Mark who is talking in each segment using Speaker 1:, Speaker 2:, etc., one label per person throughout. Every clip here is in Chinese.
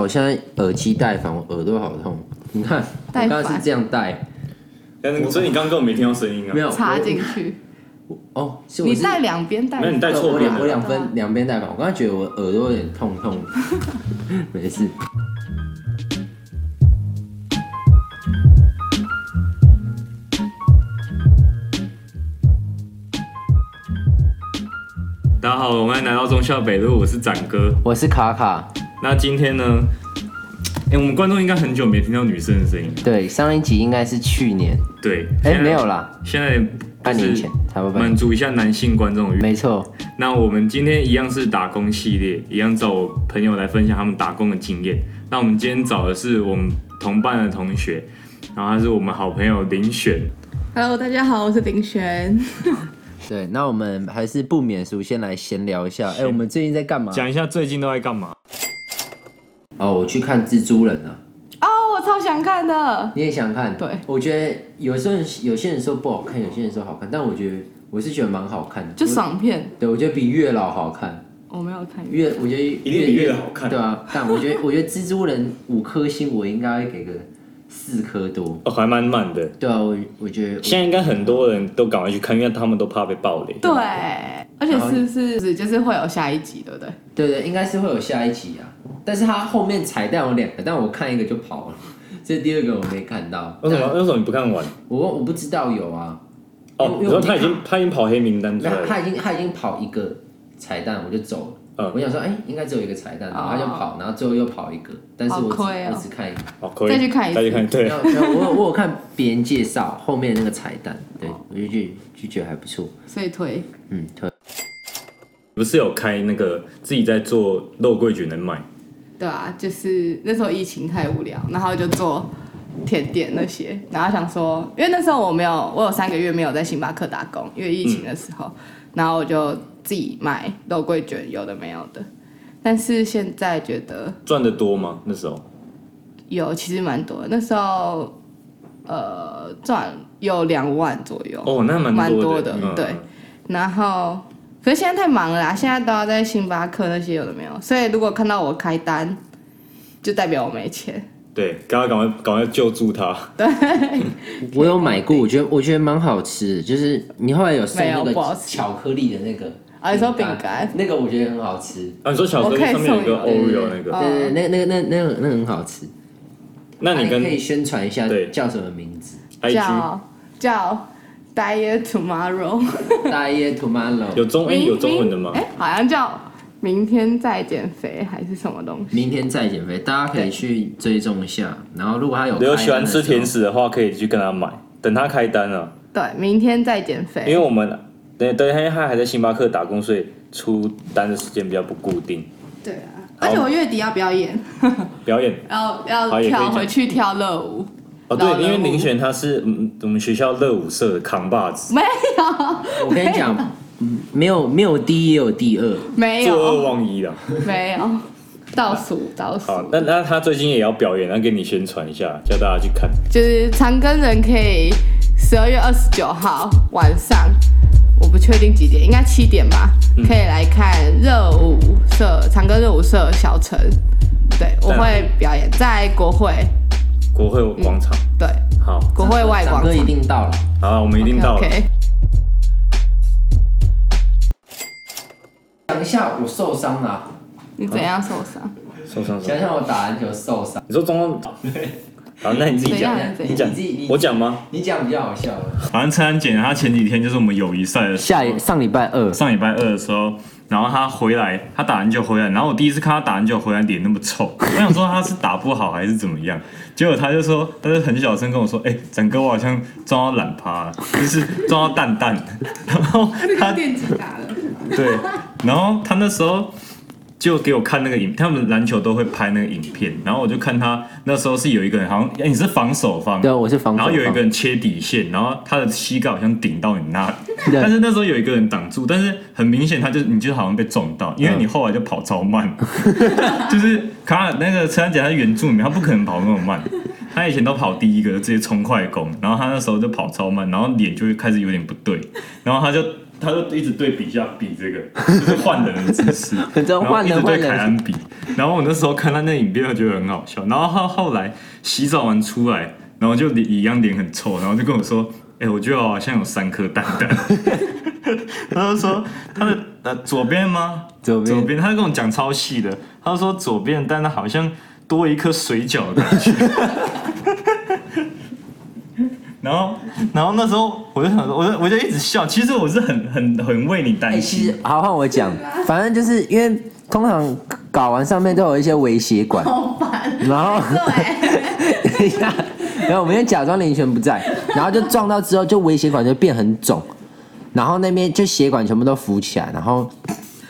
Speaker 1: 我现在耳机戴反，我耳朵好痛。你看，我
Speaker 2: 戴
Speaker 1: 刚
Speaker 2: 反
Speaker 1: 刚是这样戴，
Speaker 3: 但是所以你刚刚根本没听到声音啊
Speaker 1: 没？有
Speaker 2: 插
Speaker 1: 我
Speaker 2: 进去，
Speaker 1: 哦，是我
Speaker 2: 你
Speaker 1: 是
Speaker 2: 带两边带，
Speaker 3: 没有你带
Speaker 1: 对
Speaker 3: 错
Speaker 1: 我
Speaker 3: 边
Speaker 1: 两我
Speaker 3: 了。
Speaker 1: 两分两边戴反，我刚刚觉得我耳朵有点痛痛 的，没事。
Speaker 3: 大家好，我们来来到中校北路，我是展哥。
Speaker 1: 我是卡卡，
Speaker 3: 那今天呢？哎、我们观众应该很久没听到女生的声音了。
Speaker 1: 对，上一集应该是去年，
Speaker 3: 对，
Speaker 1: 哎、
Speaker 3: 现在
Speaker 1: 没有，啦，
Speaker 3: 现在
Speaker 1: 半
Speaker 3: 就是
Speaker 1: 年前，差不多半年
Speaker 3: 满足一下男性观众的欲。
Speaker 1: 没错，
Speaker 3: 那我们今天一样是打工系列，一样找我朋友来分享他们打工的经验。那我们今天找的是我们同班的同学，然后他是我们好朋友林选。
Speaker 2: Hello，大家好，我是林璇。
Speaker 1: 对。那我们还是不免俗，先来闲聊一下。哎、我们最近在干嘛？
Speaker 3: 讲一下最近都在干嘛？
Speaker 1: 哦，我去看蜘蛛人啊，
Speaker 2: 哦，我超想看的，
Speaker 1: 你也想看？
Speaker 2: 对，
Speaker 1: 我觉得有时候有些人说不好看，有些人说好看，但我觉得我是觉得蛮好看的，
Speaker 2: 就
Speaker 1: 我
Speaker 2: 爽片，
Speaker 1: 对，我觉得比月老好看，
Speaker 2: 我没有看。
Speaker 1: 月我觉得一
Speaker 3: 定比月老好看
Speaker 1: 对啊，但我觉得我觉得蜘蛛人五颗星，我应该会给个四颗多。
Speaker 3: 哦，还蛮慢的。
Speaker 1: 对啊，我我觉得
Speaker 3: 现在应该很多人都赶快去看，因为他们都怕被暴雷。
Speaker 2: 对，而且是是是，就是会有下一集，对不对？
Speaker 1: 对对，应该是会有下一集啊，但是它后面彩蛋有两个，但我看一个就跑了，所以第二个我没看到。
Speaker 3: 为什么？为什么你不看完？
Speaker 1: 我我不知道有啊，因为
Speaker 3: 哦，
Speaker 1: 因
Speaker 3: 你
Speaker 1: 为我
Speaker 3: 说
Speaker 1: 没
Speaker 3: 他已
Speaker 1: 看
Speaker 3: 经他已经跑黑名单出
Speaker 1: 没
Speaker 3: 来
Speaker 1: 有，
Speaker 3: 了。
Speaker 1: 他已经他已经跑一个彩蛋，我就走了。
Speaker 3: 嗯
Speaker 1: 我想说，哎、应该只有一个彩蛋，然后他就跑，然后最后又跑一个，但是我只、
Speaker 2: 好亏哦
Speaker 1: 我只看一个。
Speaker 3: 哦，可以，
Speaker 2: 再去看一次
Speaker 3: 再去看。对
Speaker 1: 然，后然后我有我有看别人介绍后面那个彩蛋，对
Speaker 3: 哦
Speaker 1: 我就觉得就觉得还不错。
Speaker 2: 所以推
Speaker 1: 嗯，对
Speaker 3: 不是有开那个自己在做肉桂卷能卖，
Speaker 2: 对啊，就是那时候疫情太无聊，然后就做甜点那些，然后想说，因为那时候我没有，我有三个月没有在星巴克打工，因为疫情的时
Speaker 1: 嗯
Speaker 2: 候，然后我就自己买肉桂卷，有的没有的。但是现在觉得
Speaker 3: 赚的多吗？那时候
Speaker 2: 有，其实蛮多的。那时候，呃，赚有两万左右，
Speaker 3: 哦，那蛮
Speaker 2: 蛮
Speaker 3: 多
Speaker 2: 多的
Speaker 3: 嗯
Speaker 2: 对然后，可是现在太忙了啦，啊现在都要在星巴克那些有的没有，所以如果看到我开单，就代表我没钱。
Speaker 3: 对，赶快赶快赶快救助他。啊
Speaker 1: 我有买过，我觉得我觉得蛮好吃的，就是你后来有送
Speaker 2: 没有
Speaker 1: 那个
Speaker 2: 不好吃
Speaker 1: 巧克力的那个
Speaker 2: 啊，你说饼干，
Speaker 1: 那个我觉得很好吃。
Speaker 3: 啊，你说巧克
Speaker 2: 我
Speaker 3: 力
Speaker 2: 可以
Speaker 3: 上面有一个
Speaker 2: 送
Speaker 1: 你
Speaker 3: Oreo 那个，
Speaker 2: 哦
Speaker 1: 对对，那那那那那很好吃。啊
Speaker 3: 那你
Speaker 2: 哎
Speaker 1: 可以
Speaker 3: 跟
Speaker 1: 宣传一下
Speaker 3: 对
Speaker 1: 叫什么名字
Speaker 3: IG
Speaker 2: 叫叫 Diet Tomorrow，
Speaker 1: ？Die Tomorrow，
Speaker 3: 有中哎
Speaker 2: 明
Speaker 3: 有中文的吗
Speaker 2: 明？哎，好像叫明天再减肥还是什么东西？
Speaker 1: 明天再减肥，大家可以去追踪一下。然后如果他有
Speaker 3: 如果
Speaker 1: 开
Speaker 3: 喜欢
Speaker 1: 单的
Speaker 3: 吃
Speaker 1: 时候
Speaker 3: 甜，食的话，可以去跟他买，等他开单啊。
Speaker 2: 对，明天再减
Speaker 3: 因
Speaker 2: 肥。
Speaker 3: 为我们对对，因为他还在星巴克打工，所以出单的时间比较不固定。
Speaker 2: 对啊，而且我月底要表演，
Speaker 3: 表演
Speaker 2: 要要
Speaker 3: 好也可以
Speaker 2: 跳
Speaker 3: 讲
Speaker 2: 回去跳热舞。
Speaker 3: 哦，
Speaker 2: 老
Speaker 3: 对，因为
Speaker 2: 人物
Speaker 3: 林璇他是嗯我们学校热舞社的扛把子，
Speaker 2: 没有，
Speaker 1: 我跟你讲，嗯没有没有第一也有第二，
Speaker 2: 没
Speaker 3: 作恶
Speaker 2: 有，
Speaker 3: 忘一啦。
Speaker 2: 没有，倒数倒数
Speaker 3: 好，，那那他最近也要表演，那给你宣传一下，叫大家去看。
Speaker 2: 就是长庚人可以十二月二十九号晚上，我不确定几点，应该七点吧，
Speaker 3: 嗯
Speaker 2: 可以来看热舞社长庚热舞社小城，对我
Speaker 3: 在哪
Speaker 2: 会表演在国会，
Speaker 3: 国会广场，
Speaker 2: 对
Speaker 3: 好，
Speaker 2: 国会外
Speaker 1: 长
Speaker 2: 广
Speaker 1: 哥
Speaker 2: 场
Speaker 1: 一定到了。
Speaker 3: 好，我们一定到了。
Speaker 2: OK，
Speaker 1: 讲一下我受伤了、
Speaker 2: 你怎样受伤？
Speaker 3: 受伤
Speaker 1: 讲
Speaker 3: 伤
Speaker 1: 一，下我打篮球受伤。
Speaker 3: 你说中央，好，那你自己
Speaker 2: 怎样
Speaker 3: 讲，
Speaker 2: 怎
Speaker 1: 你
Speaker 2: 样？
Speaker 1: 你自己你
Speaker 3: 我讲吗？
Speaker 1: 你讲比较好笑。
Speaker 3: 好像陈安姐她前几天就是我们友谊赛的时候
Speaker 1: 下一上礼拜二，
Speaker 3: 上礼拜二的时候，然后他回来，他打篮球回来，然后我第一次看他打篮球回来脸那么臭， 我想说他是打不好还是怎么样，结果他就说，他就很小声跟我说，哎、展哥我好像撞到懒趴了，就是撞到蛋蛋， 然后他
Speaker 2: 电击打了，
Speaker 3: 对，然后他那时候就给我看那个影，他们篮球都会拍那个影片，然后我就看他那时候是有一个人好像，哎、你是防守方，
Speaker 1: 对，啊我是防守
Speaker 3: 然
Speaker 1: 方。
Speaker 3: 后有一个人切底线，然后他的膝盖好像顶到你那里，
Speaker 1: 对
Speaker 3: 但是那时候有一个人挡住，但是很明显他就你就好像被撞到，因为
Speaker 1: 嗯
Speaker 3: 你后来就跑超慢， 就是卡尔那个陈安姐她是原住民，她不可能跑那么慢，她以前都跑第一个就直接冲快攻，然后她那时候就跑超慢，然后脸就会开始有点不对，然后她就他就一直对比下比这个，就是换人的姿 势，
Speaker 1: 你知道
Speaker 3: 然后
Speaker 1: 换
Speaker 3: 一
Speaker 1: 人
Speaker 3: 直对
Speaker 1: 换
Speaker 3: 凯
Speaker 1: 人，
Speaker 3: 安比。然后我那时候看他那影片，我觉得很好笑。然后他后来洗澡完出来，然后就脸一样脸很臭，然后就跟我说：“哎、我觉得我好像有三颗蛋蛋。” 他就说他的呃左边吗？
Speaker 1: 左边
Speaker 3: 左边，他就跟我讲超细的，他就说左边的蛋蛋好像多一颗水饺的感觉。 然后，然后那时候我就想说，我就我就一直笑。其实我是很很很为你担
Speaker 1: 哎，
Speaker 3: 心
Speaker 1: 其。实好换我讲，
Speaker 2: 啊
Speaker 1: 反正就是因为通常搞完上面都有一些微血管，
Speaker 2: 好烦，
Speaker 1: 然后。
Speaker 2: 对，
Speaker 1: 等一下，然后我们就假装林泉不在，然后就撞到之后就微血管就变很肿，然后那边就血管全部都浮起来，然后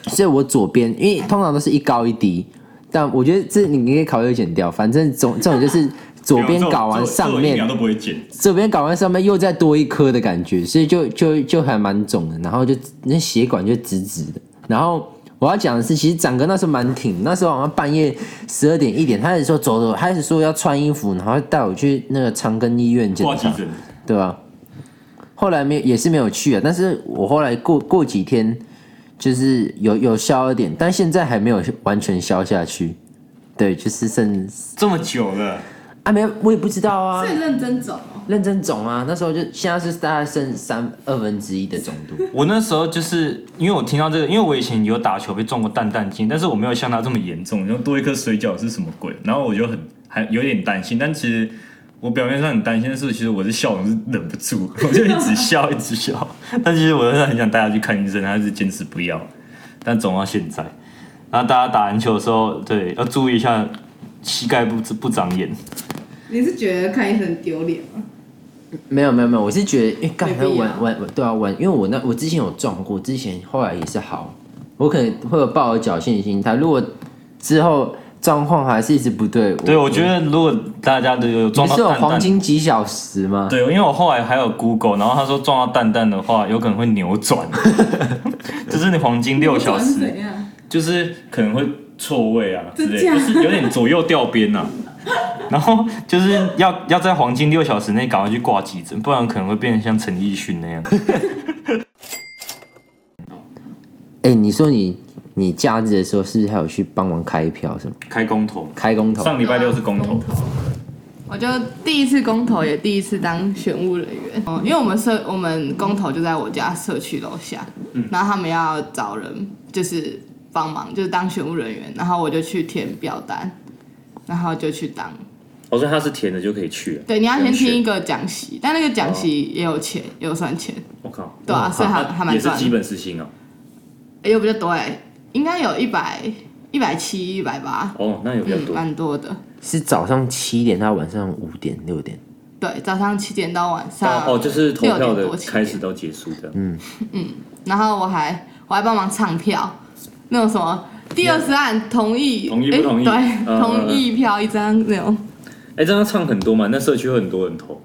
Speaker 1: 所以我左边，因为通常都是一高一低，但我觉得这你可以考虑剪掉，反正总这种就是左边搞完上
Speaker 3: 一秒
Speaker 1: 面，
Speaker 3: 都不会剪。
Speaker 1: 左边搞完上面又再多一颗的感觉，所以就就就还蛮肿的，然后就那血管就直直的，然后。我要讲的是，其实展哥那时候蛮挺，那时候好像半夜十二点一点，他一直说走走，他一直说要穿衣服，然后带我去那个长庚医院检
Speaker 3: 挂急
Speaker 1: 查，
Speaker 3: 诊，
Speaker 1: 对吧、后来没也是没有去啊，但是我后来过过几天，就是有有消一点，但现在还没有完全消下去，对，就是剩
Speaker 3: 这么久了，
Speaker 1: 啊没有，我也不知道啊
Speaker 2: 所，以认真走哦。
Speaker 1: 认真肿啊，那时候就现在是大概剩三二分之一的肿度，
Speaker 3: 我那时候就是因为我听到这个，因为我以前有打球被撞过蛋蛋筋，但是我没有像他这么严重，然后多一颗水饺是什么鬼？然后我就很还有点担心，但其实我表面上很担心，但是其实我是笑容是忍不住，我就一直笑一直笑。但其实我真的很想带他去看医生，他是坚持不要，但总到现在。然后大家打篮球的时候，对，要注意一下膝盖不不长眼。
Speaker 2: 你是觉得看医生丢脸吗？
Speaker 1: 没有没有没有，我是觉得，哎，刚才
Speaker 2: 没必要
Speaker 1: 玩玩玩对啊玩，因为我那我之前有撞过，之前后来也是好，我可能会有抱有侥幸的心态，如果之后状况还是一直不对，
Speaker 3: 对，我觉得如果大家都有
Speaker 1: 你
Speaker 3: 撞
Speaker 1: 们
Speaker 3: 到
Speaker 1: 是有
Speaker 3: 蛋
Speaker 1: 黄
Speaker 3: 蛋，
Speaker 1: 金几小时吗？
Speaker 3: 对，因为我后来还有 Google，然后他说撞到蛋蛋的话，有可能会扭转， 就是你黄金六小
Speaker 2: 不管是
Speaker 3: 时，
Speaker 2: 怎样？
Speaker 3: 就是可能会错位啊之
Speaker 2: 真
Speaker 3: 类，
Speaker 2: 假
Speaker 3: 就是有点左右调边呐、啊。然后就是要要在黄金六小时内赶快去挂急诊，不然可能会变得像陈奕迅那样。
Speaker 1: 哎，你说你你假日的时候是不是还有去帮忙开票什么
Speaker 3: 开公投，
Speaker 1: 开工头？
Speaker 3: 上礼拜六是公
Speaker 2: 啊
Speaker 3: 投，
Speaker 2: 我就第一次公投，也第一次当选务人员。哦，因为我们社我们公投就在我家社区楼下，
Speaker 3: 嗯
Speaker 2: 然后他们要找人就是帮忙，就是当选务人员，然后我就去填表单，然后就去当。
Speaker 3: 我说他是填的就可哦以去了。
Speaker 2: 对，你要先
Speaker 3: 人选
Speaker 2: 听一个讲习，但那个讲习也有钱，也有算钱，
Speaker 3: 我靠，
Speaker 2: 对啊，所以还还蛮赚的。
Speaker 3: 本时薪啊。
Speaker 2: 哎又比较多哎，应该有一百一百七、一百八，
Speaker 3: 哦，那有比
Speaker 2: 嗯，蛮多的。
Speaker 1: 是早上七点到晚上五点六 点，
Speaker 2: 对，早上七点到晚上6点多
Speaker 3: 哦
Speaker 2: 起
Speaker 3: 到结束的。
Speaker 2: 然后我还我还帮忙唱票，那种什么第二十案同意，
Speaker 3: 同意不
Speaker 2: 诶
Speaker 3: 同意嗯
Speaker 2: 对，
Speaker 3: 嗯
Speaker 2: 同意票一张那种。
Speaker 3: 哎、这样唱很多嘛？那社区有很多人投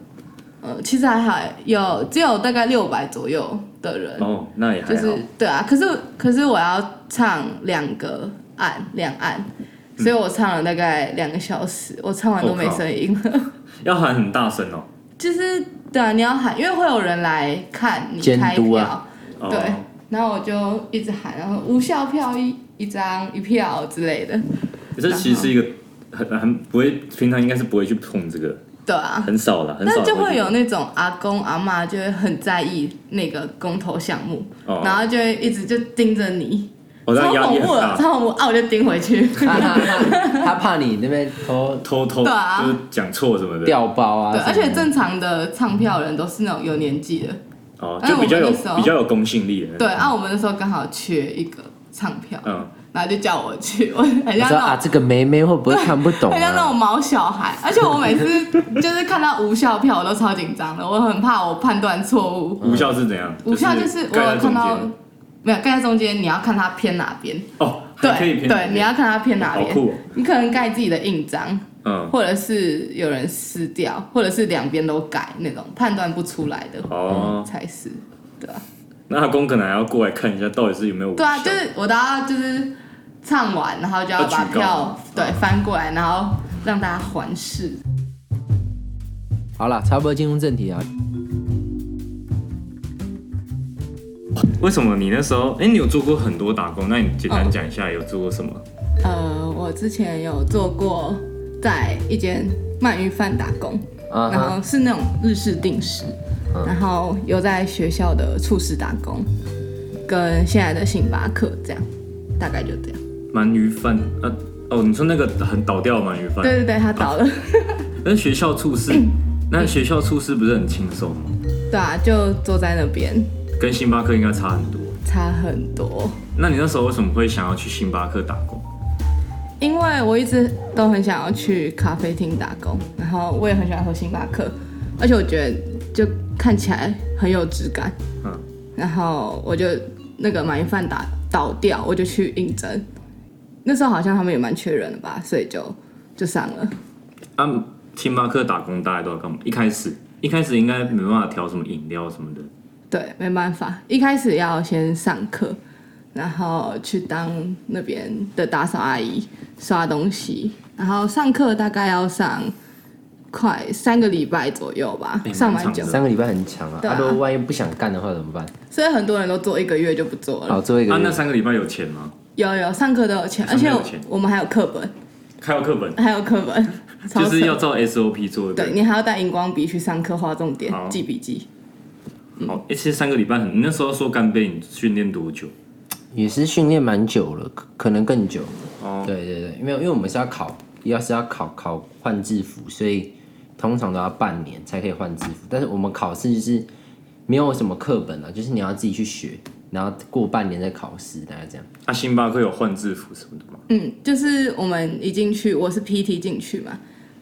Speaker 2: 呃，其实还好，有只有大概六百左右的人，
Speaker 3: 哦，那也还好。
Speaker 2: 就是对啊。可是可是我要唱两个案，两案，
Speaker 3: 嗯
Speaker 2: 所以我唱了大概两个小时，我唱完都没声音
Speaker 3: 哦
Speaker 2: 了。
Speaker 3: 要喊很大声哦。
Speaker 2: 就是对啊，你要喊，因为会有人来看你
Speaker 1: 监
Speaker 2: 开
Speaker 1: 督
Speaker 2: 票，
Speaker 1: 啊
Speaker 3: 哦
Speaker 2: 对，然后我就一直喊，然后无效票一一张一票之类的，
Speaker 3: 这其实是一个很很不会，平常应该是不会去碰这个，
Speaker 2: 对啊。
Speaker 3: 很少啦，很少
Speaker 2: 但
Speaker 3: 人去
Speaker 2: 就
Speaker 3: 碰。
Speaker 2: 会有那种阿公阿妈就会很在意那个公投项目，
Speaker 3: 哦
Speaker 2: 然后就会一直就盯着你，
Speaker 3: 我
Speaker 2: 超
Speaker 3: 让压力
Speaker 2: 恐
Speaker 3: 很
Speaker 2: 怖的，
Speaker 3: 大，
Speaker 2: 超恐怖啊！我就盯回 去，
Speaker 1: 他他他他怕你那边偷
Speaker 3: 偷偷
Speaker 2: 对啊
Speaker 3: 就是讲错什么的。
Speaker 1: 掉包啊
Speaker 2: 对，而
Speaker 1: 什么
Speaker 2: 且
Speaker 1: 的
Speaker 2: 正常的唱票人都是那种有年纪的，
Speaker 3: 哦，
Speaker 2: 哎
Speaker 3: 就比较有
Speaker 2: 我们那时候
Speaker 3: 比较有公信力的。
Speaker 2: 对，啊，我们那时候刚好缺一个唱票，
Speaker 3: 嗯，
Speaker 2: 然后就叫我去，我很
Speaker 1: 我
Speaker 2: 像
Speaker 1: 说啊，
Speaker 2: 那种。
Speaker 1: 这个妹妹会不会看不懂
Speaker 2: 很像那
Speaker 1: 啊？
Speaker 2: 种毛小孩，而且我每次就是看到无效票，我都超紧张的，我很怕我判断错误。
Speaker 3: 无效是怎样？
Speaker 2: 嗯无效就是我
Speaker 3: 盖在
Speaker 2: 有看
Speaker 3: 中
Speaker 2: 到
Speaker 3: 间，
Speaker 2: 没有盖在中间，你要看它偏哪边。
Speaker 3: 哦，还可以
Speaker 2: 对
Speaker 3: 偏
Speaker 2: 对，你要看它偏哪
Speaker 3: 好
Speaker 2: 边。
Speaker 3: 酷哦，
Speaker 2: 你可能盖自己的印章，
Speaker 3: 嗯，
Speaker 2: 或者是有人撕掉，或者是两边都盖那种判断不出来的
Speaker 3: 哦，
Speaker 2: 才是，对啊？
Speaker 3: 那阿公可能还要过来看一下到底是有没有无效。
Speaker 2: 对啊，就是我都要就是唱完，然后就要
Speaker 3: 要举
Speaker 2: 把
Speaker 3: 高嗯
Speaker 2: 票对翻过来，然后让大家环视。
Speaker 1: 好了，差不多进入正题啊。
Speaker 3: 为什么你那时候？哎、你有做过很多打工，那你简单讲一下有做过什么？
Speaker 2: 呃，我之前有做过在一间鳗鱼饭打工
Speaker 1: 嗯
Speaker 2: 然
Speaker 1: 哼嗯
Speaker 2: 后是那种日式定时然后有在学校的厨师打工，跟现在的星巴克这样，大概就这样。
Speaker 3: 鳗鱼饭啊，哦，你说那个很倒掉的鳗鱼饭，
Speaker 2: 对对对，他倒了。
Speaker 3: 那学校厨 师，那学校厨师不是很轻松吗？
Speaker 2: 对啊，就坐在那边，
Speaker 3: 跟星巴克应该差很多。
Speaker 2: 差很多。
Speaker 3: 那你那时候为什么会想要去星巴克打工？
Speaker 2: 因为我一直都很想要去咖啡厅打工，然后我也很喜欢喝星巴克，而且我觉得就看起来很有质感。
Speaker 3: 嗯，
Speaker 2: 然后我就那个鳗鱼饭打倒掉，我就去应征。那时候好像他们也蛮缺人的吧，所以就就上了。
Speaker 3: 啊，星巴克打工大家都要干嘛？一开始，一开始应该没办法调什么饮料什么的。
Speaker 2: 对，没办法，一开始要先上课，然后去当那边的打扫阿姨刷东西，然后上课大概要上快三个礼拜左右吧，
Speaker 3: 哎蛮
Speaker 2: 上蛮
Speaker 3: 长
Speaker 2: 久
Speaker 3: 的，
Speaker 1: 三个礼拜很强啊，
Speaker 2: 对啊
Speaker 1: 啊如果万一不想干的话怎么办？
Speaker 2: 所以很多人都做一个月就不做
Speaker 1: 好，
Speaker 2: 了。
Speaker 1: 最后一
Speaker 3: 啊，
Speaker 1: 个
Speaker 3: 那
Speaker 1: 月
Speaker 3: 三个礼拜有钱吗？
Speaker 2: 有有上课都有钱，而
Speaker 3: 上课
Speaker 2: 且
Speaker 3: 有
Speaker 2: 我
Speaker 3: 钱
Speaker 2: 我们还有课本，
Speaker 3: 还有课本，
Speaker 2: 还有课本，超
Speaker 3: 就是
Speaker 2: 扯
Speaker 3: 要照 SOP 做
Speaker 2: 对
Speaker 3: 的。
Speaker 2: 你还要带荧光笔去上课画重点
Speaker 3: 好
Speaker 2: 记笔记。
Speaker 3: 好，哎、其实三个礼拜很，你那时候说干杯，你训练多久？
Speaker 1: 也是训练蛮久了，可可能更久。
Speaker 3: 哦，
Speaker 1: 对对对，因为因为我们是要考，要是要考考换制服，所以通常都要半年才可以换制服。但是我们考试就是没有什么课本啊，就是你要自己去学，然后过半年再考试，大概这样。
Speaker 3: 啊，星巴克有换制服什么的吗？
Speaker 2: 嗯，就是我们一进去，我是 PT 进去嘛，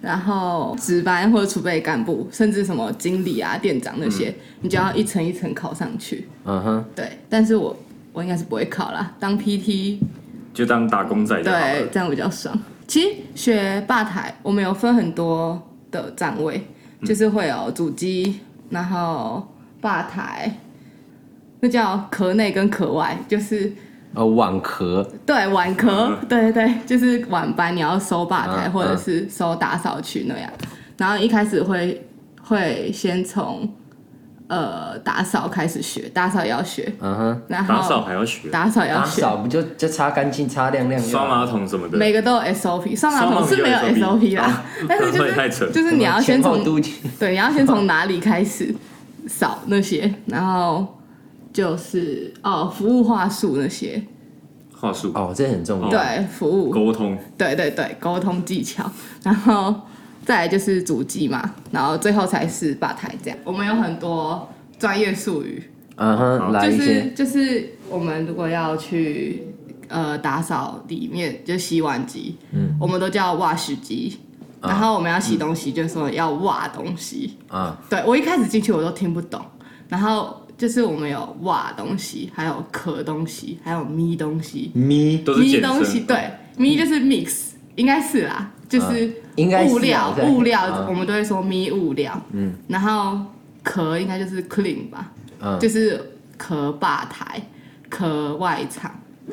Speaker 2: 然后值班或者储备干部，甚至什么经理啊、店长那些，
Speaker 3: 嗯
Speaker 2: 你就要一层一层考上去。
Speaker 1: 嗯哼，
Speaker 2: 对，但是我我应该是不会考啦，当 PT
Speaker 3: 就当打工仔就好
Speaker 2: 对
Speaker 3: 了。
Speaker 2: 这样比较爽。其实学吧台，我们有分很多的站位，
Speaker 3: 嗯
Speaker 2: 就是会有主机，然后吧台，那叫壳内跟壳外，就是
Speaker 1: 呃，网壳
Speaker 2: 对，晚壳，对对对，就是晚班你要收吧台、
Speaker 1: 嗯
Speaker 2: 或者是收打扫区那样。然后一开始会会先从呃打扫开始学，打扫也要学，
Speaker 1: 嗯哼，
Speaker 2: 然
Speaker 3: 打扫
Speaker 2: 后
Speaker 3: 还要学，
Speaker 2: 打扫也要
Speaker 1: 打
Speaker 2: 学，
Speaker 1: 扫不就就擦干净、擦亮亮就
Speaker 3: 刷
Speaker 1: 好。
Speaker 3: 马桶什么的。
Speaker 2: 每个都有 SOP。上马
Speaker 3: 上马
Speaker 2: 桶
Speaker 3: 桶
Speaker 2: 是没有
Speaker 3: 也有
Speaker 2: SOP 啦
Speaker 3: 啊，
Speaker 2: 但是就
Speaker 3: 会太扯
Speaker 2: 是就是你要先
Speaker 1: 前后
Speaker 2: 从
Speaker 1: 都进
Speaker 2: 对，你要先从哪里开始扫那些，然后就是哦服务话术那些，
Speaker 3: 话术、
Speaker 1: 哦，这很重要。
Speaker 2: 对服务
Speaker 3: 沟通，
Speaker 2: 对对对，沟通技巧，然后再来就是主机嘛，然后最后才是吧台这样。我们有很多专业术语，
Speaker 1: 嗯哼，来
Speaker 2: 就
Speaker 1: 一
Speaker 2: 是
Speaker 1: 些
Speaker 2: 就是我们如果要去呃打扫里面，就洗碗机，嗯，我们都叫袜洗机。然后我们要洗东西，就说要袜东西。
Speaker 1: 啊，
Speaker 2: 对我一开始进去我都听不懂，然后就是我们有袜东西，还有壳东西，还有咪东西，
Speaker 1: 咪
Speaker 3: 都是
Speaker 2: 咪
Speaker 3: 健
Speaker 2: 东西
Speaker 3: 身。
Speaker 2: 对，咪就是 mix，应该是啦，就是
Speaker 1: 嗯应该是啊
Speaker 2: 物料
Speaker 1: 对
Speaker 2: 物料
Speaker 1: 啊，
Speaker 2: 我们都会说咪物料，嗯，然后壳应该就是 clean 吧，
Speaker 1: 嗯
Speaker 2: 就是壳吧台、壳外场、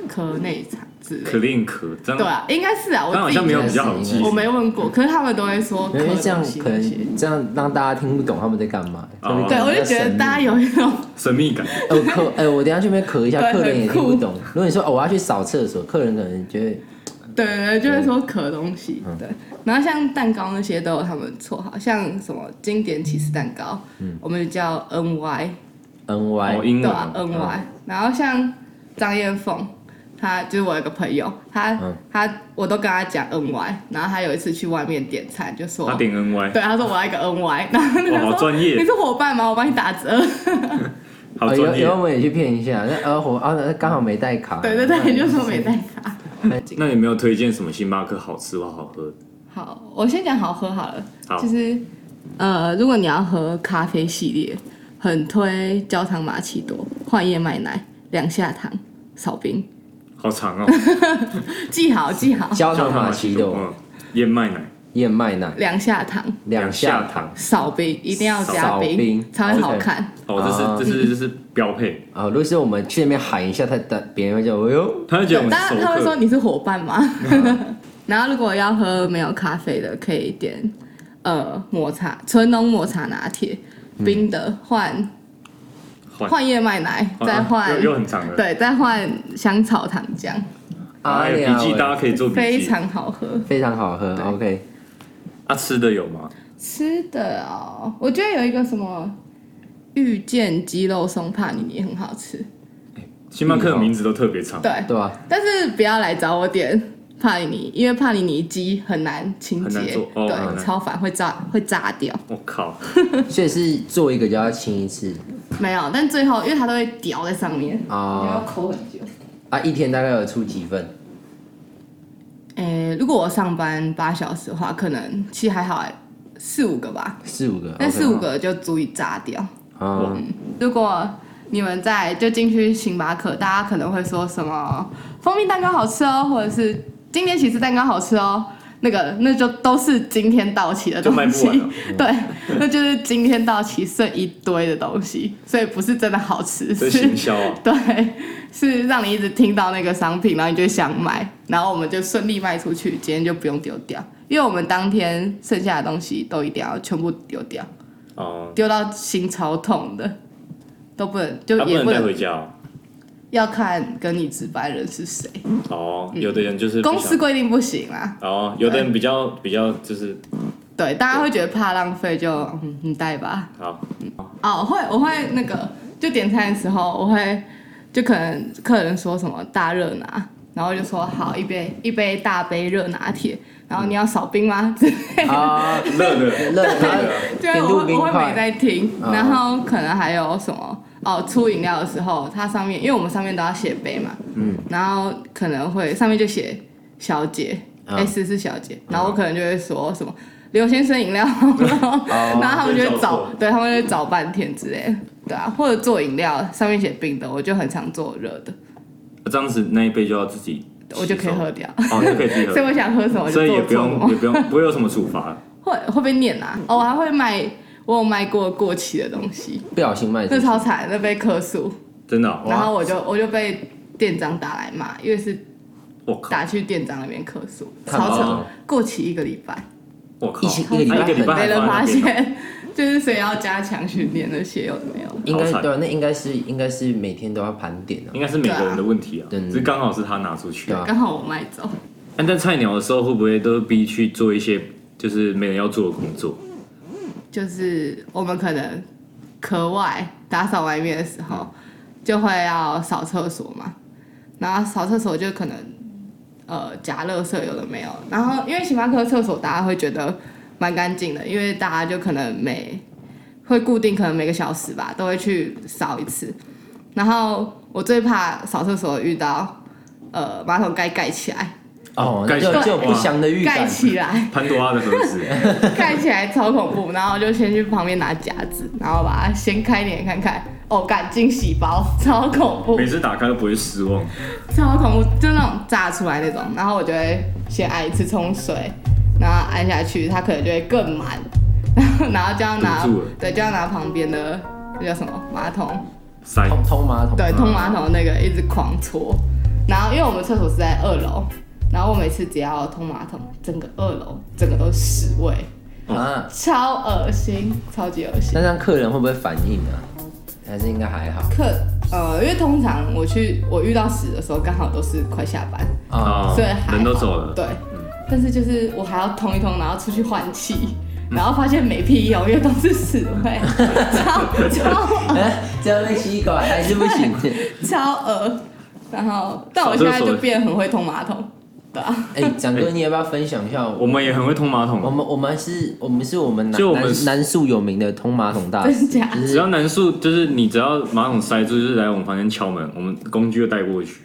Speaker 2: 壳内场之类的，
Speaker 3: clean 可这
Speaker 2: 对
Speaker 3: 样，
Speaker 2: 啊，应该是啊，我
Speaker 3: 但好
Speaker 2: 自己
Speaker 3: 像没有
Speaker 2: 觉得
Speaker 3: 比较好记
Speaker 2: 我。没问过，可是他们都会说壳
Speaker 1: 因为这样
Speaker 2: 东西
Speaker 1: 可
Speaker 2: 那些，
Speaker 1: 能这样让大家听不懂他们在干嘛。
Speaker 3: 哦
Speaker 1: 特别
Speaker 2: 对我就
Speaker 1: 比较
Speaker 2: 觉
Speaker 1: 神
Speaker 2: 得
Speaker 1: 秘
Speaker 2: 大家有一种
Speaker 3: 神秘感。
Speaker 1: 哎、我客哎、我等一下去那边咳一下，
Speaker 2: 对
Speaker 1: 客人也
Speaker 2: 很酷
Speaker 1: 听不懂。如果你说、哦、我要去扫厕所，客人可能觉得
Speaker 2: 对对，对就会说壳东西，
Speaker 3: 嗯
Speaker 2: 对。然后像蛋糕那些都有他们的绰号，像什么经典起司蛋糕，我们就叫 NY，
Speaker 1: N
Speaker 3: 哦，
Speaker 1: Y
Speaker 3: 嗯英
Speaker 2: 对
Speaker 3: 文
Speaker 2: 吧
Speaker 3: 啊
Speaker 2: ？NY。然后像张燕凤，她就是我有个朋友，她
Speaker 1: 嗯
Speaker 2: 她我都跟她讲 NY，然后她有一次去外面点餐就说
Speaker 3: 他，啊点 N Y，
Speaker 2: 对，她说我要一个 NY，然后那
Speaker 3: 哦，好
Speaker 2: 个说
Speaker 3: 专
Speaker 2: 你
Speaker 3: 业，啊
Speaker 2: 是伙伴吗？我帮你打折。
Speaker 3: 好
Speaker 1: 哎有
Speaker 3: 专业
Speaker 1: 有。我们也去骗一下。那呃火啊，那刚好没带卡。
Speaker 2: 对对对，你就说没带卡。
Speaker 3: 那你没有推荐什么星巴克好吃或好喝？
Speaker 2: 好，我先讲好喝好了。
Speaker 3: 好
Speaker 2: 就是呃，如果你要喝咖啡系列，很推焦糖玛奇朵、幻夜麦奶、两下糖、少冰，
Speaker 3: 好长哦，
Speaker 2: 记好记好，
Speaker 1: 焦糖玛奇朵、
Speaker 3: 嗯，燕麦奶，
Speaker 1: 燕麦奶、
Speaker 2: 两下糖、
Speaker 1: 两下糖。
Speaker 3: 糖。
Speaker 2: 少冰一定要加
Speaker 1: 少冰
Speaker 2: 才会好看。
Speaker 3: 哦，
Speaker 1: 啊
Speaker 3: 这是这是这是标配。
Speaker 1: 啊、如果是我们去那边喊一下，他他别人会叫哎呦，
Speaker 3: 他就觉得我们
Speaker 2: 当
Speaker 3: 是
Speaker 2: 然他会
Speaker 3: 熟
Speaker 2: 说
Speaker 3: 客，
Speaker 2: 你是伙伴吗？ 然后如果要喝没有咖啡的，可以点呃抹茶纯浓抹茶拿铁，冰的换
Speaker 3: 换哦啊
Speaker 2: 换燕麦奶，再换
Speaker 3: 又又很长了。
Speaker 2: 对，再换香草糖浆，
Speaker 3: 哎，
Speaker 1: 呀
Speaker 3: 笔记大家可以做笔记。
Speaker 2: 非常好喝。
Speaker 1: 非常好喝，OK。
Speaker 3: 啊，吃的有吗？
Speaker 2: 吃的哦，我觉得有一个什么遇见鸡肉松帕尼尼很好吃，
Speaker 3: 星巴克的名字都特别长。
Speaker 2: 对，
Speaker 1: 对吧？
Speaker 2: 但是不要来找我点帕尼尼，因为帕尼尼鸡很难清
Speaker 3: 很难
Speaker 2: 洁
Speaker 3: 做，哦很
Speaker 2: 对，
Speaker 3: 难
Speaker 2: 超烦，会炸会炸掉。
Speaker 3: 我靠，
Speaker 1: 所以是做一个就要清一次
Speaker 2: 没有，但最后因为它都会掉在上面，你要
Speaker 1: 啊
Speaker 2: 抠很久。
Speaker 1: 啊！一天大概有出几份？
Speaker 2: 诶、呃如果我上班八小时的话，可能其实还好、欸，四五个吧，
Speaker 1: 四
Speaker 3: 哦
Speaker 1: 五个，
Speaker 2: 但
Speaker 1: OK
Speaker 2: 四五个就足以炸掉。
Speaker 1: 啊，
Speaker 2: 如果你们在就进去星巴克，大家可能会说什么蜂蜜蛋糕好吃哦，或者是今天起司蛋糕好吃哦。那个，那就都是今天到期的
Speaker 3: 就卖
Speaker 2: 东
Speaker 3: 不
Speaker 2: 西
Speaker 3: 完了，
Speaker 2: 对，那就是今天到期剩一堆的东西，所以不是真的好吃，
Speaker 3: 这
Speaker 2: 是
Speaker 3: 行销啊，
Speaker 2: 对，是让你一直听到那个商品，然后你就想买，然后我们就顺利卖出去，今天就不用丢掉，因为我们当天剩下的东西都一定要全部丢掉，
Speaker 3: 哦，
Speaker 2: 丢到心超痛的，都不能就
Speaker 3: 他啊不
Speaker 2: 也
Speaker 3: 能
Speaker 2: 不
Speaker 3: 带
Speaker 2: 能
Speaker 3: 回家哦
Speaker 2: 要看跟你值班人是谁，
Speaker 3: 哦。有的人就是
Speaker 2: 嗯
Speaker 3: 不
Speaker 2: 公司
Speaker 3: 想
Speaker 2: 规定不行啦。
Speaker 3: 哦，有的人比较比较就是
Speaker 2: 对，大家会觉得怕浪费，就嗯你带吧。
Speaker 3: 好，
Speaker 2: 哦，会，我会那个，就点餐的时候，我会就可能客人说什么大热拿，然后就说好一杯一杯大杯热拿铁，然后你要少冰吗？ 之类的，
Speaker 1: 啊，
Speaker 3: 热的
Speaker 1: 热的
Speaker 2: 就是啊我会我会没在听，
Speaker 1: 嗯
Speaker 2: 然后可能还有什么哦，出饮料的时候，它上面因为我们上面都要写杯嘛，嗯，然后可能会上面就写小姐、
Speaker 1: 嗯
Speaker 2: S 是小姐，然后我可能就会说什么。刘先生饮料，然
Speaker 3: 哦
Speaker 2: 后 然后他们就会
Speaker 3: 找
Speaker 2: 找
Speaker 3: 错，
Speaker 2: 对他们就会找半天之类的，对啊，或者做饮料上面写冰的，我就很常做热的，
Speaker 3: 这样子那一杯就要自己吸收，
Speaker 2: 我就可以喝掉，
Speaker 3: 哦，就可以自 己
Speaker 2: 所以
Speaker 3: 喝，
Speaker 2: 我想喝什么我就
Speaker 3: 所
Speaker 2: 做
Speaker 3: 以也不
Speaker 2: 什
Speaker 3: 用
Speaker 2: 么
Speaker 3: 也，不用不会有什么处罚。
Speaker 2: 会会被念啊，哦，我还会卖，我有卖过过期的东西，
Speaker 1: 不小心卖出
Speaker 2: 那
Speaker 1: 去
Speaker 2: 超惨，那被客诉，
Speaker 3: 真的哦，
Speaker 2: 然后我就我就被店长打来骂，因为是
Speaker 3: 我靠，
Speaker 2: 打去店长那边客诉，
Speaker 1: 看到
Speaker 2: 超
Speaker 1: 了
Speaker 2: 扯，过期一个礼拜
Speaker 3: 我靠，
Speaker 1: 一起一个礼拜
Speaker 3: 啊一个礼拜
Speaker 2: 被
Speaker 3: 还
Speaker 2: 人发
Speaker 3: 放在那边
Speaker 2: 现， 就是所以要加强训练那些有的没有的。
Speaker 1: 应
Speaker 3: 好
Speaker 1: 该
Speaker 3: 惨
Speaker 1: 对啊，那应该是应该是每天都要盘点的
Speaker 3: 应，该是每个人的问题啊，
Speaker 1: 对啊
Speaker 3: 只是刚好是他拿出去
Speaker 1: 对。啊
Speaker 2: 刚好我卖走，
Speaker 3: 但在菜鸟的时候，会不会都逼去做一些就是没人要做的工作？
Speaker 2: 就是我们可能课外打扫外面的时候，就会要扫厕所嘛，然后扫厕所就可能呃夹垃圾有的没有，然后因为星巴克的厕所大家会觉得蛮干净的，因为大家就可能每会固定可能每个小时吧都会去扫一次，然后我最怕扫厕所遇到呃马桶盖盖起来，
Speaker 1: 哦，
Speaker 3: 盖
Speaker 1: 那就
Speaker 3: 起来
Speaker 1: 就有不祥的预
Speaker 2: 盖
Speaker 1: 感。
Speaker 2: 起来。
Speaker 3: 潘多拉的盒 子，
Speaker 2: 盖起来超恐怖，然后我就先去旁边拿夹子，然后把它掀开一点看看。哦，干惊喜包，超恐怖
Speaker 3: 每，次打开都不会失望。
Speaker 2: 超恐怖，就那种炸出来那种。然后我就会先按一次冲水，然后按下去，它可能就会更满，然后然后就要拿
Speaker 3: 堵住了，
Speaker 2: 对，就要拿旁边的那叫什么马桶，
Speaker 3: 塞，
Speaker 2: 哦
Speaker 1: 通通马桶，
Speaker 2: 对，通马桶那个一直狂搓。然后因为我们厕所是在二楼，然后我每次只要通马桶，整个二楼整个都是屎味，
Speaker 1: 啊，
Speaker 2: 超恶心，超级恶心。
Speaker 1: 那让客人会不会反应啊？还是应该还好
Speaker 2: 课，呃，因为通常我去我遇到死的时候，刚好都是快下班，
Speaker 1: 啊
Speaker 3: 哦
Speaker 2: 所以还好
Speaker 3: 人都走了
Speaker 2: 对，
Speaker 1: 嗯
Speaker 2: 但是就是我还要通一通，然后出去换气，
Speaker 1: 嗯
Speaker 2: 然后发现没屁用，因为都是屎 味，超超
Speaker 1: 哎， 这样被吸管还是不行。
Speaker 2: 超恶。然后，但我现在就变得很会通马桶，对啊，
Speaker 1: 哎，长哥，你要不要分享一下？
Speaker 3: 我们也很会通马
Speaker 1: 我
Speaker 3: 桶，
Speaker 1: 们我们是我们是我们南
Speaker 3: 就我们
Speaker 1: 南
Speaker 3: 是
Speaker 1: 南宿有名的通马桶大师，
Speaker 2: 真假？
Speaker 3: 只要难数就是你只要马桶塞住，就是来我们房间敲门，我们工具就带过去。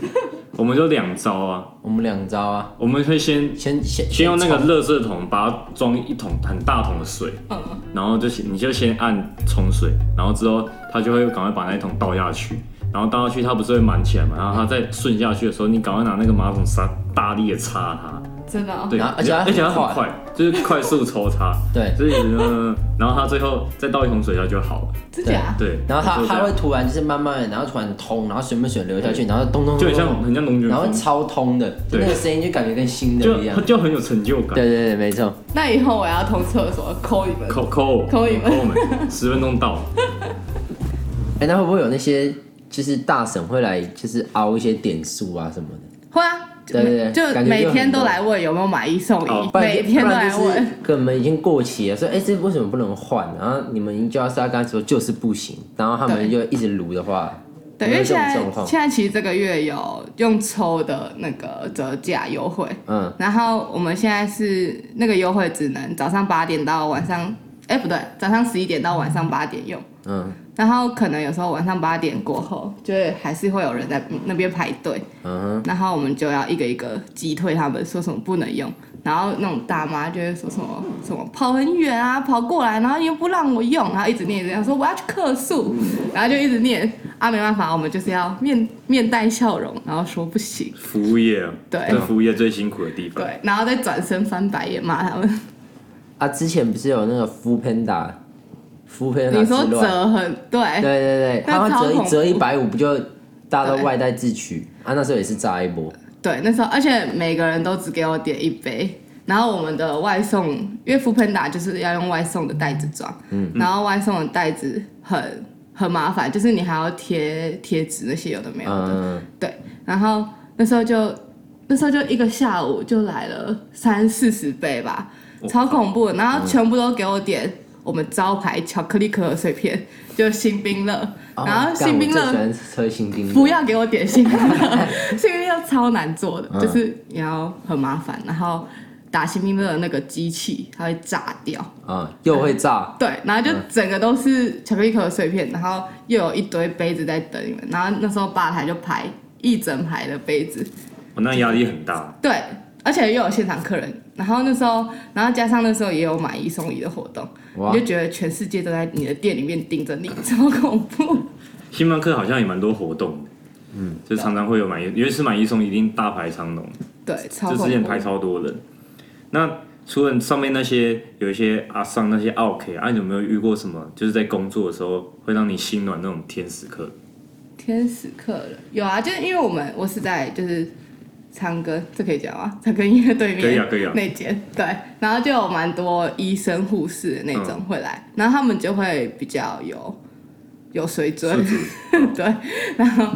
Speaker 3: 我们就两招啊，
Speaker 1: 我们两招啊，
Speaker 3: 我们会先
Speaker 1: 先先
Speaker 3: 先用那个
Speaker 1: 冲
Speaker 3: 垃圾桶把它装一桶很大桶的水，
Speaker 2: 嗯，
Speaker 3: 然后就先你就先按冲水，然后之后它就会赶快把那一桶倒下去，然后倒下去它不是会满起来嘛，然后它再顺下去的时候，你赶快拿那个马桶刷大力的擦它，
Speaker 2: 真的、哦，
Speaker 3: 对，
Speaker 1: 然后而且它很
Speaker 3: 而且它很
Speaker 1: 快
Speaker 3: 快，就是快速抽 插，
Speaker 1: 对
Speaker 3: 所以呢，然后它最后再倒一桶水下就好了，
Speaker 2: 真假？
Speaker 3: 对，
Speaker 1: 然后它
Speaker 3: 就这
Speaker 1: 它
Speaker 3: 样
Speaker 1: 会突然就是慢慢的，然后突然通，然后水不水流下去，然后咚咚咚
Speaker 3: 就很
Speaker 1: 咚
Speaker 3: 像
Speaker 1: 咚，
Speaker 3: 很像龙卷
Speaker 1: 哦然后
Speaker 3: 风，
Speaker 1: 超通的，就
Speaker 3: 对
Speaker 1: 那个声音就感觉跟新的一样
Speaker 3: 就。就很有成就感，
Speaker 1: 对对对，没错。
Speaker 2: 那以后我要通厕所，抠你们。
Speaker 3: 扣扣
Speaker 2: 扣你 们
Speaker 3: 扣我们十分钟到，
Speaker 1: 哎、哎，那会不会有那些就是大神会来就是凹一些点数啊什么的？
Speaker 2: 会啊，就
Speaker 1: 对对对
Speaker 2: 就
Speaker 1: 感觉
Speaker 2: 每
Speaker 1: 就
Speaker 2: 天
Speaker 1: 很
Speaker 2: 都
Speaker 1: 多哦
Speaker 2: 来问有没有买一送一，
Speaker 1: 不然
Speaker 2: 每天都来
Speaker 1: 不然
Speaker 2: 问。
Speaker 1: 就是可能已经过期了，说哎这为什么不能换？然后你们就要是要跟他说就是不行，然后他们就一直撸的话，
Speaker 2: 对，因
Speaker 1: 有没
Speaker 2: 为
Speaker 1: 有这
Speaker 2: 现
Speaker 1: 种
Speaker 2: 在
Speaker 1: 状况
Speaker 2: 现在其实这个月有用抽的那个折价优惠，
Speaker 1: 嗯，
Speaker 2: 然后我们现在是那个优惠只能早上八点到晚上，哎不对，早上十一点到晚上八点用，
Speaker 1: 嗯
Speaker 2: 然后可能有时候晚上八点过后，就是还是会有人在那边排队，
Speaker 1: 嗯哼。
Speaker 2: 然后我们就要一个一个击退他们，说什么不能用，然后那种大妈就会说什么什么跑很远啊，跑过来，然后又不让我用，然后一直念，然后说我要去客诉，然后就一直念啊，没办法，我们就是要面面带笑容，然后说不行，
Speaker 3: 服务业啊，
Speaker 2: 对
Speaker 3: 这服务业最辛苦的地方。
Speaker 2: 对，然后再转身翻白眼骂他们。
Speaker 1: 啊，之前不是有那个 Food Panda，Food Panda
Speaker 2: 你说
Speaker 1: 之乱
Speaker 2: 折痕，对，
Speaker 1: 对对对，
Speaker 2: 那
Speaker 1: 他们
Speaker 2: 超
Speaker 1: 折
Speaker 2: 恐
Speaker 1: 一
Speaker 2: 怖
Speaker 1: 折一百五，不就大家
Speaker 2: 对
Speaker 1: 都外带自取啊？那时候也是炸一波，
Speaker 2: 对，那时候而且每个人都只给我点一杯，然后我们的外送，因为 f o o Panda 就是要用外送的袋子装，
Speaker 1: 嗯
Speaker 2: 然后外送的袋子很很麻烦，就是你还要贴贴纸那些有的没有的，
Speaker 1: 嗯，
Speaker 2: 对，然后那时候就那时候就一个下午就来了三四十杯吧，超恐怖的，然
Speaker 1: 嗯
Speaker 2: 后全部都给我点。我们招牌巧克力可可碎片，就新冰乐，
Speaker 1: 哦
Speaker 2: 然后
Speaker 1: 干
Speaker 2: 新冰
Speaker 1: 我
Speaker 2: 乐
Speaker 1: 最喜欢吃新冰
Speaker 3: 嗯
Speaker 1: 乐，
Speaker 2: 不要给我点 心，是因为要超难做
Speaker 3: 嗯
Speaker 2: 的，就是你要很麻烦，然后打新兵的那个机器它会炸掉，
Speaker 1: 啊，又会
Speaker 3: 嗯
Speaker 1: 炸，
Speaker 2: 对，然后就整个都是巧克力壳碎片，然后又有一堆杯子在等你们，然后那时候吧台就排一整排的杯子，
Speaker 3: 我哦那压力很大，
Speaker 2: 对，而且又有现场客人，然后那时候，然后加上那时候也有买一送一的活动，
Speaker 1: 哇
Speaker 2: 你就觉得全世界都在你的店里面盯着你，超恐怖。
Speaker 3: 星巴克好像也蛮多活动的，嗯，就常常会有买一，尤其是买一送一，一定大排长龙。
Speaker 2: 对，超
Speaker 3: 就
Speaker 2: 恐
Speaker 3: 之前
Speaker 2: 怖
Speaker 3: 拍。超多人。那除了上面那些有一些阿桑那些 OK 啊，你有没有遇过什么就是在工作的时候会让你心软那种天使客？
Speaker 2: 天使客人有啊，就是因为我们我是在就是长庚，这可以讲吗？长庚医院对面
Speaker 3: 可以啊可以啊
Speaker 2: 那间对，然后就有蛮多医生护士那种
Speaker 3: 嗯
Speaker 2: 会来，然后他们就会比较有有水准，
Speaker 3: 嗯
Speaker 2: 对，然后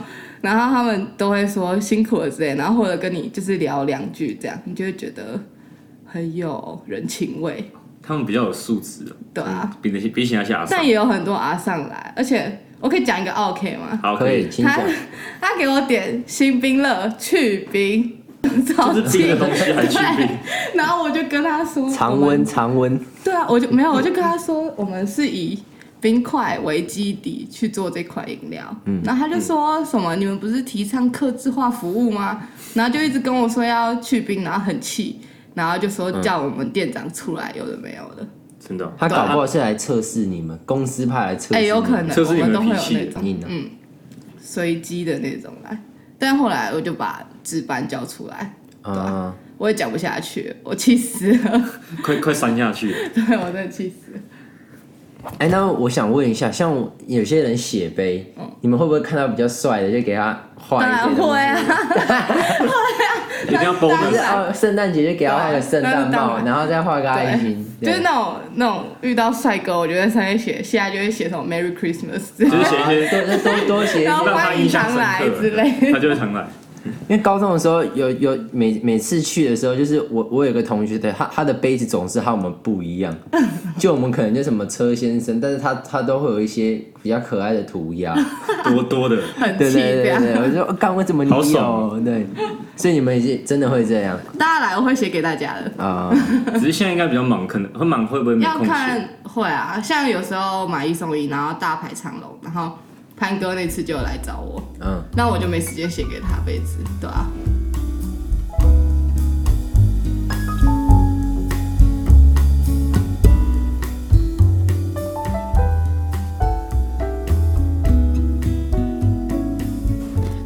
Speaker 2: 然后他们都会说辛苦了之类，然后或者跟你就是聊两句这样，你就会觉得很有人情味，
Speaker 3: 他们比较有素质的，
Speaker 2: 对啊，
Speaker 3: 比那些比起那些嗯阿桑
Speaker 2: 但也有很多阿上来，而且我可以讲一个 OK 吗？
Speaker 3: 好
Speaker 1: 可
Speaker 3: 可
Speaker 1: 以，
Speaker 3: 以，
Speaker 1: 请
Speaker 2: 他
Speaker 1: 讲，
Speaker 2: 他给我点新冰乐去冰，超
Speaker 3: 就是
Speaker 2: 气
Speaker 3: 冰的东西还 去冰，
Speaker 2: 对然后我就跟他说
Speaker 1: 常。
Speaker 2: 我
Speaker 1: 温
Speaker 2: 们
Speaker 1: 常温，
Speaker 2: 对啊，我就没有，我就跟他说我们是以冰块为基底去做这款饮料。
Speaker 3: 嗯
Speaker 2: 然后他就说什么你们不是提倡客制化服务吗？然后就一直跟我说要去冰，然后很气，然后就说
Speaker 3: 嗯
Speaker 2: 叫我们店长出来，有的没有的。
Speaker 3: 真的哦。
Speaker 1: 他搞不好是来测试你们，公司派来测试，
Speaker 2: 啊哎、有可，能
Speaker 3: 这
Speaker 2: 我
Speaker 3: 是你
Speaker 2: 们
Speaker 3: 们
Speaker 2: 都会有
Speaker 3: 脾气
Speaker 2: 那种
Speaker 1: 硬啊
Speaker 2: 嗯随机的那种来，但后来我就把值班叫出来，
Speaker 1: 啊，
Speaker 2: 我也讲不下去，我气死了，
Speaker 3: 快快删下去，
Speaker 2: 对我真的气死了。
Speaker 1: 哎，那我想问一下，像我有些人写杯，你们会不会看到比较帅的就给他画
Speaker 2: 嗯当
Speaker 1: 一
Speaker 2: 然
Speaker 1: 些
Speaker 2: 会
Speaker 1: 东西？
Speaker 2: 啊，
Speaker 3: 一定要
Speaker 2: 当
Speaker 1: 就
Speaker 3: bonus
Speaker 1: 是
Speaker 2: 然。
Speaker 1: 哦，圣诞节就给他画个圣诞
Speaker 2: 对啊当
Speaker 1: 帽，
Speaker 2: 然
Speaker 1: 然后再画个爱
Speaker 2: 对
Speaker 1: 心，，
Speaker 2: 就是
Speaker 1: 对
Speaker 2: 那种那种遇到帅哥，我就在上面写，现在就会写什么 Merry Christmas 之
Speaker 3: 就是
Speaker 2: 类，
Speaker 3: 写一些
Speaker 1: 啊多多多写一些
Speaker 2: 然后
Speaker 3: 让他
Speaker 2: 欢迎
Speaker 3: 印象
Speaker 2: 常
Speaker 3: 深
Speaker 2: 来
Speaker 3: 刻
Speaker 2: 之类的
Speaker 3: 他就会常来。
Speaker 1: 因为高中的时候有有每每次去的时候，就是我我有个同学的他他的杯子总是和我们不一 样，就我们可能就什么车先生，但是他他都会有一些比较可爱的涂鸦，
Speaker 3: 多 多的，
Speaker 2: 很
Speaker 1: 对
Speaker 2: 气
Speaker 1: 对
Speaker 2: 这
Speaker 1: 对
Speaker 2: 样。
Speaker 1: 对，我就说干为什么你
Speaker 3: 好爽
Speaker 1: 有？对，所以你们也是真的会这样
Speaker 2: 大家来我会写给大家的，
Speaker 1: 啊、
Speaker 3: 只是现在应该比较忙，可能会忙会不会没
Speaker 2: 要
Speaker 3: 空写？
Speaker 2: 看会啊，像有时候买一送一，然后大排长龙，然后潘哥那次就有来找我，
Speaker 1: 嗯，
Speaker 2: 那我就没时间写给他杯子，对啊。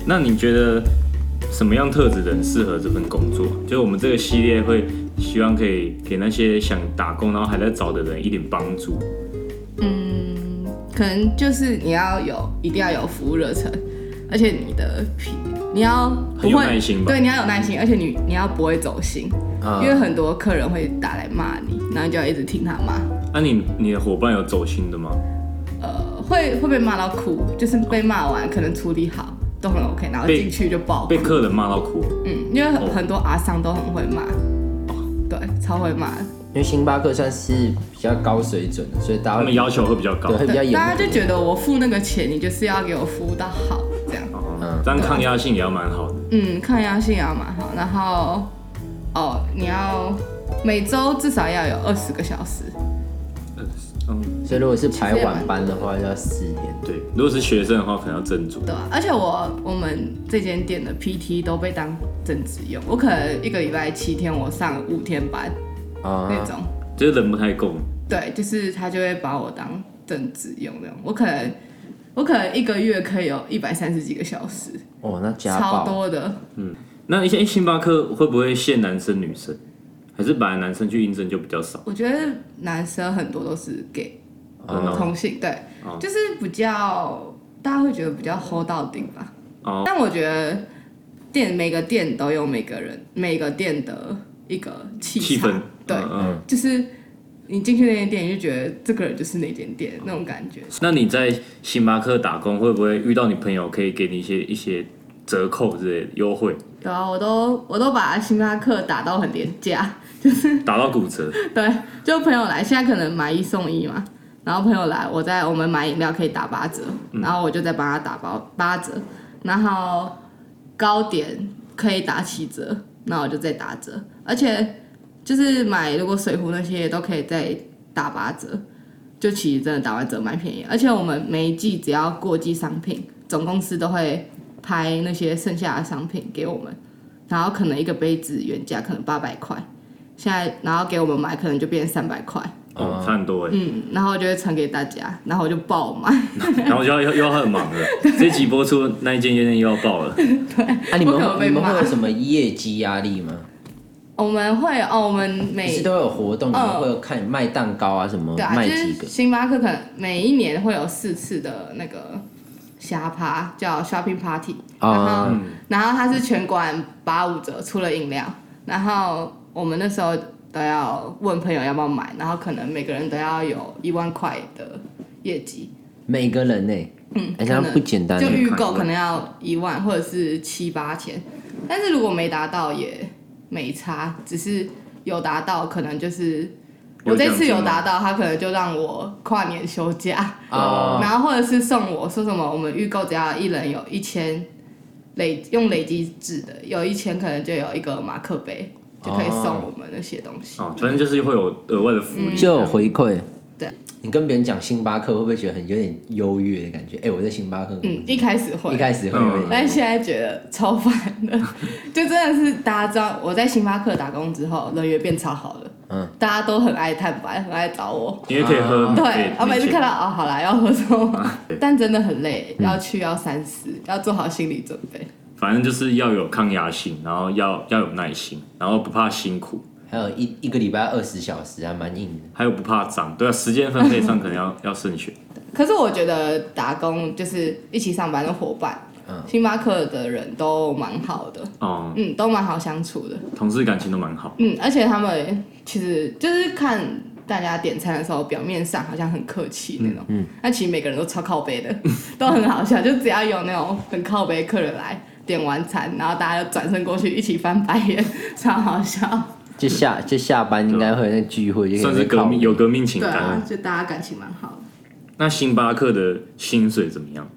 Speaker 3: 那你觉得什么样特质的人适合这份工作？就是我们这个系列会希望可以给那些想打工然后还在找的人一点帮助。
Speaker 2: 嗯，可能就是你要有，一定要有服务热忱，而且你的脾，你要不会
Speaker 3: 很有耐心吧
Speaker 2: 对，你要有耐心，而且你你要不会走心，
Speaker 1: 啊
Speaker 2: 因为很多客人会打
Speaker 3: 啊
Speaker 2: 来骂你，然后你就要一直听他骂。
Speaker 3: 那、你你的伙伴有走心的吗？
Speaker 2: 呃，会会被骂到哭，就是被骂完可能处理好都很 OK，然后
Speaker 4: 被
Speaker 2: 进去就爆哭
Speaker 4: 被。客人骂到哭，
Speaker 2: 嗯，因为很
Speaker 4: 哦
Speaker 2: 很多阿桑都很会骂，对，超会骂的。
Speaker 1: 因为星巴克算是比较高水准的，所以大
Speaker 4: 他
Speaker 1: 家
Speaker 4: 们
Speaker 1: 会
Speaker 4: 要求会比较高
Speaker 1: 对，会比较
Speaker 2: 对，
Speaker 1: 严格。
Speaker 2: 大家就觉得我付那个钱，你就是要给我服务到好这样。
Speaker 1: 嗯
Speaker 4: 哦这样抗压性也要蛮好的。
Speaker 2: 嗯，抗压性要蛮好，然后哦，你要每周至少要有二十个小时。
Speaker 4: 嗯，
Speaker 1: 所以如果是排晚班的话，就要四点。
Speaker 4: 对，如果是学生的话，可能要正主。
Speaker 2: 对啊，而且我我们这间店的 PT 都被当正职用，我可能一个礼拜七天，我上五天班、
Speaker 1: 啊、
Speaker 2: 那种。
Speaker 4: 就是人不太够，
Speaker 2: 对，就是他就会把我当正职用那种。我可能我可能一个月可以有一百三十几个小时，
Speaker 1: 哦，那家暴
Speaker 2: 超多的。
Speaker 4: 那一些诶星巴克会不会限男生女生，还是本来男生去应征就比较少？
Speaker 2: 我觉得男生很多都是 gay
Speaker 4: 真的哦
Speaker 2: 同性，对，就是比较大家会觉得比较 hold 到顶吧。
Speaker 4: 哦
Speaker 2: 但我觉得店每个店都有每个人每个店的一个气
Speaker 4: 气
Speaker 2: 场
Speaker 4: 氛
Speaker 2: 对，
Speaker 4: 嗯嗯
Speaker 2: 就是你进去那间店，你就觉得这个人就是那间店那种感觉。
Speaker 4: 那你在星巴克打工会不会遇到你朋友可以给你一些一些折扣之类的优惠，
Speaker 2: 对啊，我都我都把星巴克打到很廉价，
Speaker 4: 打到骨折？
Speaker 2: 对，就朋友来，现在可能买一送一嘛。然后朋友来，我在我们买饮料可以打八折，然后我就再帮他打包八折，然后糕点可以打七折，那我就再打折，而且就是买如果水壶那些都可以再打八折，就其实真的打完折蛮便宜。而且我们每一季只要过季商品，总公司都会拍那些剩下的商品给我们，然后可能一个杯子原价可能八百块，现在然后给我们买可能就变三百块，
Speaker 4: 哦，差很多哎，
Speaker 2: 嗯，然后就会传给大家，然后我就爆买。
Speaker 4: 然后就要又又要很 忙了。这集播出那一间夜店又要爆了，
Speaker 1: 那、啊、你们
Speaker 2: 不可能
Speaker 1: 会
Speaker 2: 被
Speaker 1: 你们会
Speaker 2: 骂
Speaker 1: 有什么业绩压力吗？
Speaker 2: 我们会哦，我们
Speaker 1: 每
Speaker 2: 每
Speaker 1: 次都有活动，你们
Speaker 2: 嗯
Speaker 1: 会有看卖蛋糕啊什么，
Speaker 2: 对啊，
Speaker 1: 卖
Speaker 2: 就
Speaker 1: 几个
Speaker 2: 是？星巴克可能每一年会有四次的那个虾趴，叫 shopping party，然后、
Speaker 1: 啊
Speaker 2: 然后它是全馆八五折，除了饮料，然后我们那时候都要问朋友要不要买，然后可能每个人都要有一万块的业绩，
Speaker 1: 每个人呢、欸？
Speaker 2: 嗯，
Speaker 1: 哎这样
Speaker 2: 可能
Speaker 1: 不简单
Speaker 2: 就
Speaker 1: 欸
Speaker 2: 预购可能要一万或者是七八千，但是如果没达到也没差，只是有达到可能就是我这次有达到，他可能就让我跨年休假，
Speaker 1: 哦
Speaker 2: 然后或者是送我说什么，我们预购只要一人有一千累用累积制的，有一千可能就有一个马克杯，就可以送我们那些东西。
Speaker 4: 哦，反正就是会有额外的福
Speaker 2: 嗯
Speaker 4: 利。
Speaker 1: 就有回馈。
Speaker 2: 对，
Speaker 1: 你跟别人讲星巴克，会不会觉得很有点优越的感觉？哎、我在星巴克，
Speaker 2: 嗯，一开始会
Speaker 1: 一，开始会有点
Speaker 2: 但现在觉得超烦的， 就真的是大家知道我在星巴克打工之后，人缘变超好了，
Speaker 1: 嗯，
Speaker 2: 大家都很爱探白，很爱找我。
Speaker 4: 因为可以喝免
Speaker 2: 啊对
Speaker 4: 费，
Speaker 2: 我每次
Speaker 4: 免
Speaker 2: 看
Speaker 4: 钱
Speaker 2: 到哦，好啦，要喝什
Speaker 1: 嗯
Speaker 2: 么？但真的很累，要去要三思，要做好心理准备。
Speaker 4: 反正就是要有抗压性，然后要要有耐心，然后不怕辛苦，
Speaker 1: 还有一一个礼拜二十小时，还蛮硬的。
Speaker 4: 还有不怕脏。对啊，时间分配上可能要要慎选。
Speaker 2: 可是我觉得打工就是一起上班的伙伴，
Speaker 1: 嗯
Speaker 2: 星巴克的人都蛮好的，
Speaker 4: 哦、
Speaker 2: 嗯，都蛮好相处的，
Speaker 4: 同事感情都蛮好。
Speaker 2: 嗯，而且他们其实就是看大家点餐的时候，表面上好像很客气那种，嗯，那、其实每个人都超靠背的， 都很好笑，就只要有那种很靠背的客人来点完餐，然后大家就转身过去一起翻白眼，超好笑，
Speaker 1: 就下就下班应该会有那聚会，就
Speaker 4: 算是革命有革命情
Speaker 2: 对
Speaker 4: 感。
Speaker 2: 啊，就大家感情蛮好的，
Speaker 4: 那星巴克的薪水怎么样？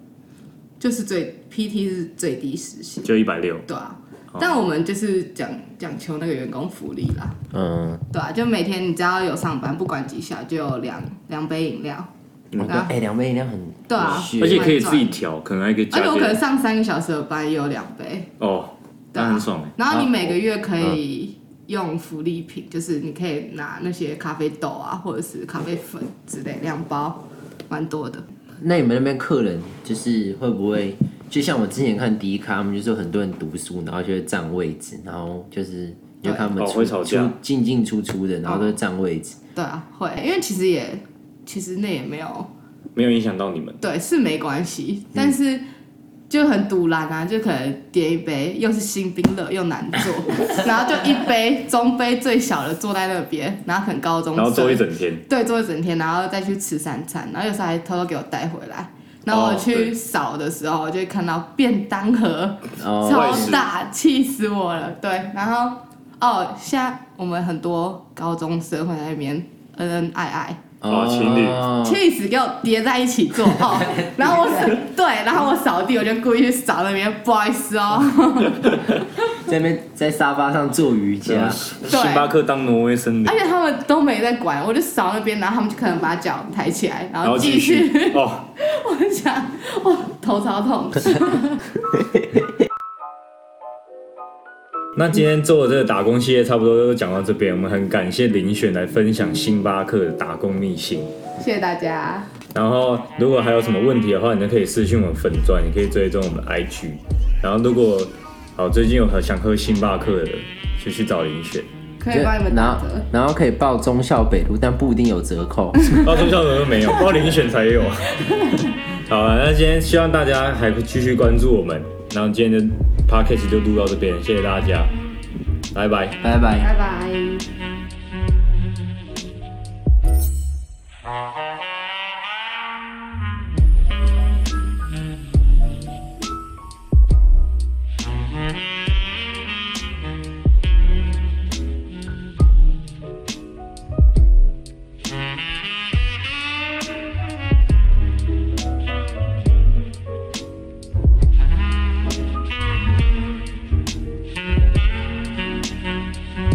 Speaker 2: 就是最 PT 是最低时薪。
Speaker 4: 就一百六，
Speaker 2: 对啊，但我们就是讲讲求那个员工福利啦，
Speaker 1: 嗯，
Speaker 2: 对啊，就每天你只要有上班，不管几小就有两两杯饮料，
Speaker 1: 哦对
Speaker 2: 然后
Speaker 1: 哎，两杯饮料很
Speaker 2: 啊对啊
Speaker 1: 很虚
Speaker 4: 而且可以自己调，可能还可以加
Speaker 2: 而且我可能
Speaker 4: 点。
Speaker 2: 上三个小时的班也有两杯，
Speaker 4: 哦，
Speaker 2: 对啊
Speaker 4: 那很爽
Speaker 3: 欸
Speaker 4: 哎。
Speaker 2: 然后你每个月可以用福利品，就是你可以拿那些咖啡豆啊，或者是咖啡粉之类，两包，蛮多的。
Speaker 1: 那你们那边客人就是会不会，就像我之前看迪卡，他们就是很多人读书，然后就会占位置，然后就是你就看他们
Speaker 4: 哦
Speaker 1: 出
Speaker 4: 会吵架
Speaker 1: 出进进出出的，然
Speaker 2: 哦
Speaker 1: 后都会占位置。
Speaker 2: 对啊，会，因为其实也其实那也没有
Speaker 4: 没有影响到你们
Speaker 2: 对，是没关系，但是就很堵然啊，就可能点一杯，又是新冰乐，又难做，然后就一杯中杯最小的坐在那边，然后很高中生，
Speaker 3: 然后坐一整天，
Speaker 2: 对，坐一整天，然后再去吃三餐，然后有时候还偷偷给我带回来。然后我
Speaker 3: 哦
Speaker 2: 去
Speaker 3: 对
Speaker 2: 扫的时候，我就会看到便当盒
Speaker 5: 哦，
Speaker 2: 超大，气死我了。对，然后哦，现在我们很多高中生会在那边恩恩爱爱，
Speaker 3: 哦情侣
Speaker 2: 气死给我叠在一起做 哦。然后我扫对，然后我扫地，我就故意去扫那边，不好意思哦。
Speaker 5: 在那边在沙发上做瑜伽，
Speaker 3: 啊
Speaker 2: 啊
Speaker 3: 星巴克当挪威森林
Speaker 2: 而，且他们都没在管，我就扫那边，然后他们就可能把脚抬起来，然
Speaker 3: 然
Speaker 2: 后
Speaker 3: 后
Speaker 2: 继
Speaker 3: 继
Speaker 2: 续。
Speaker 3: 续哦，
Speaker 2: 我想，哇，头超痛。
Speaker 3: 那今天做的这个打工系列差不多都讲到这边，我们很感谢林选来分享星巴克的打工秘辛。
Speaker 2: 谢谢大家，
Speaker 3: 然后如果还有什么问题的话，你都可以私信我们粉钻，也可以追踪我们的 IG。然后如果好最近有很想喝星巴克的，就去找林选。
Speaker 2: 可以帮你们
Speaker 1: 然
Speaker 2: 打
Speaker 1: 后
Speaker 2: 折。
Speaker 1: 然后可以报忠孝北路，但不一定有折 扣。
Speaker 3: 高哦中校友都没有，报林选才有。好了，那今天希望大家还会继续关注我们。然后今天的 podcast 就录到这边，谢谢大家，拜拜。
Speaker 5: 拜拜。
Speaker 2: 拜拜。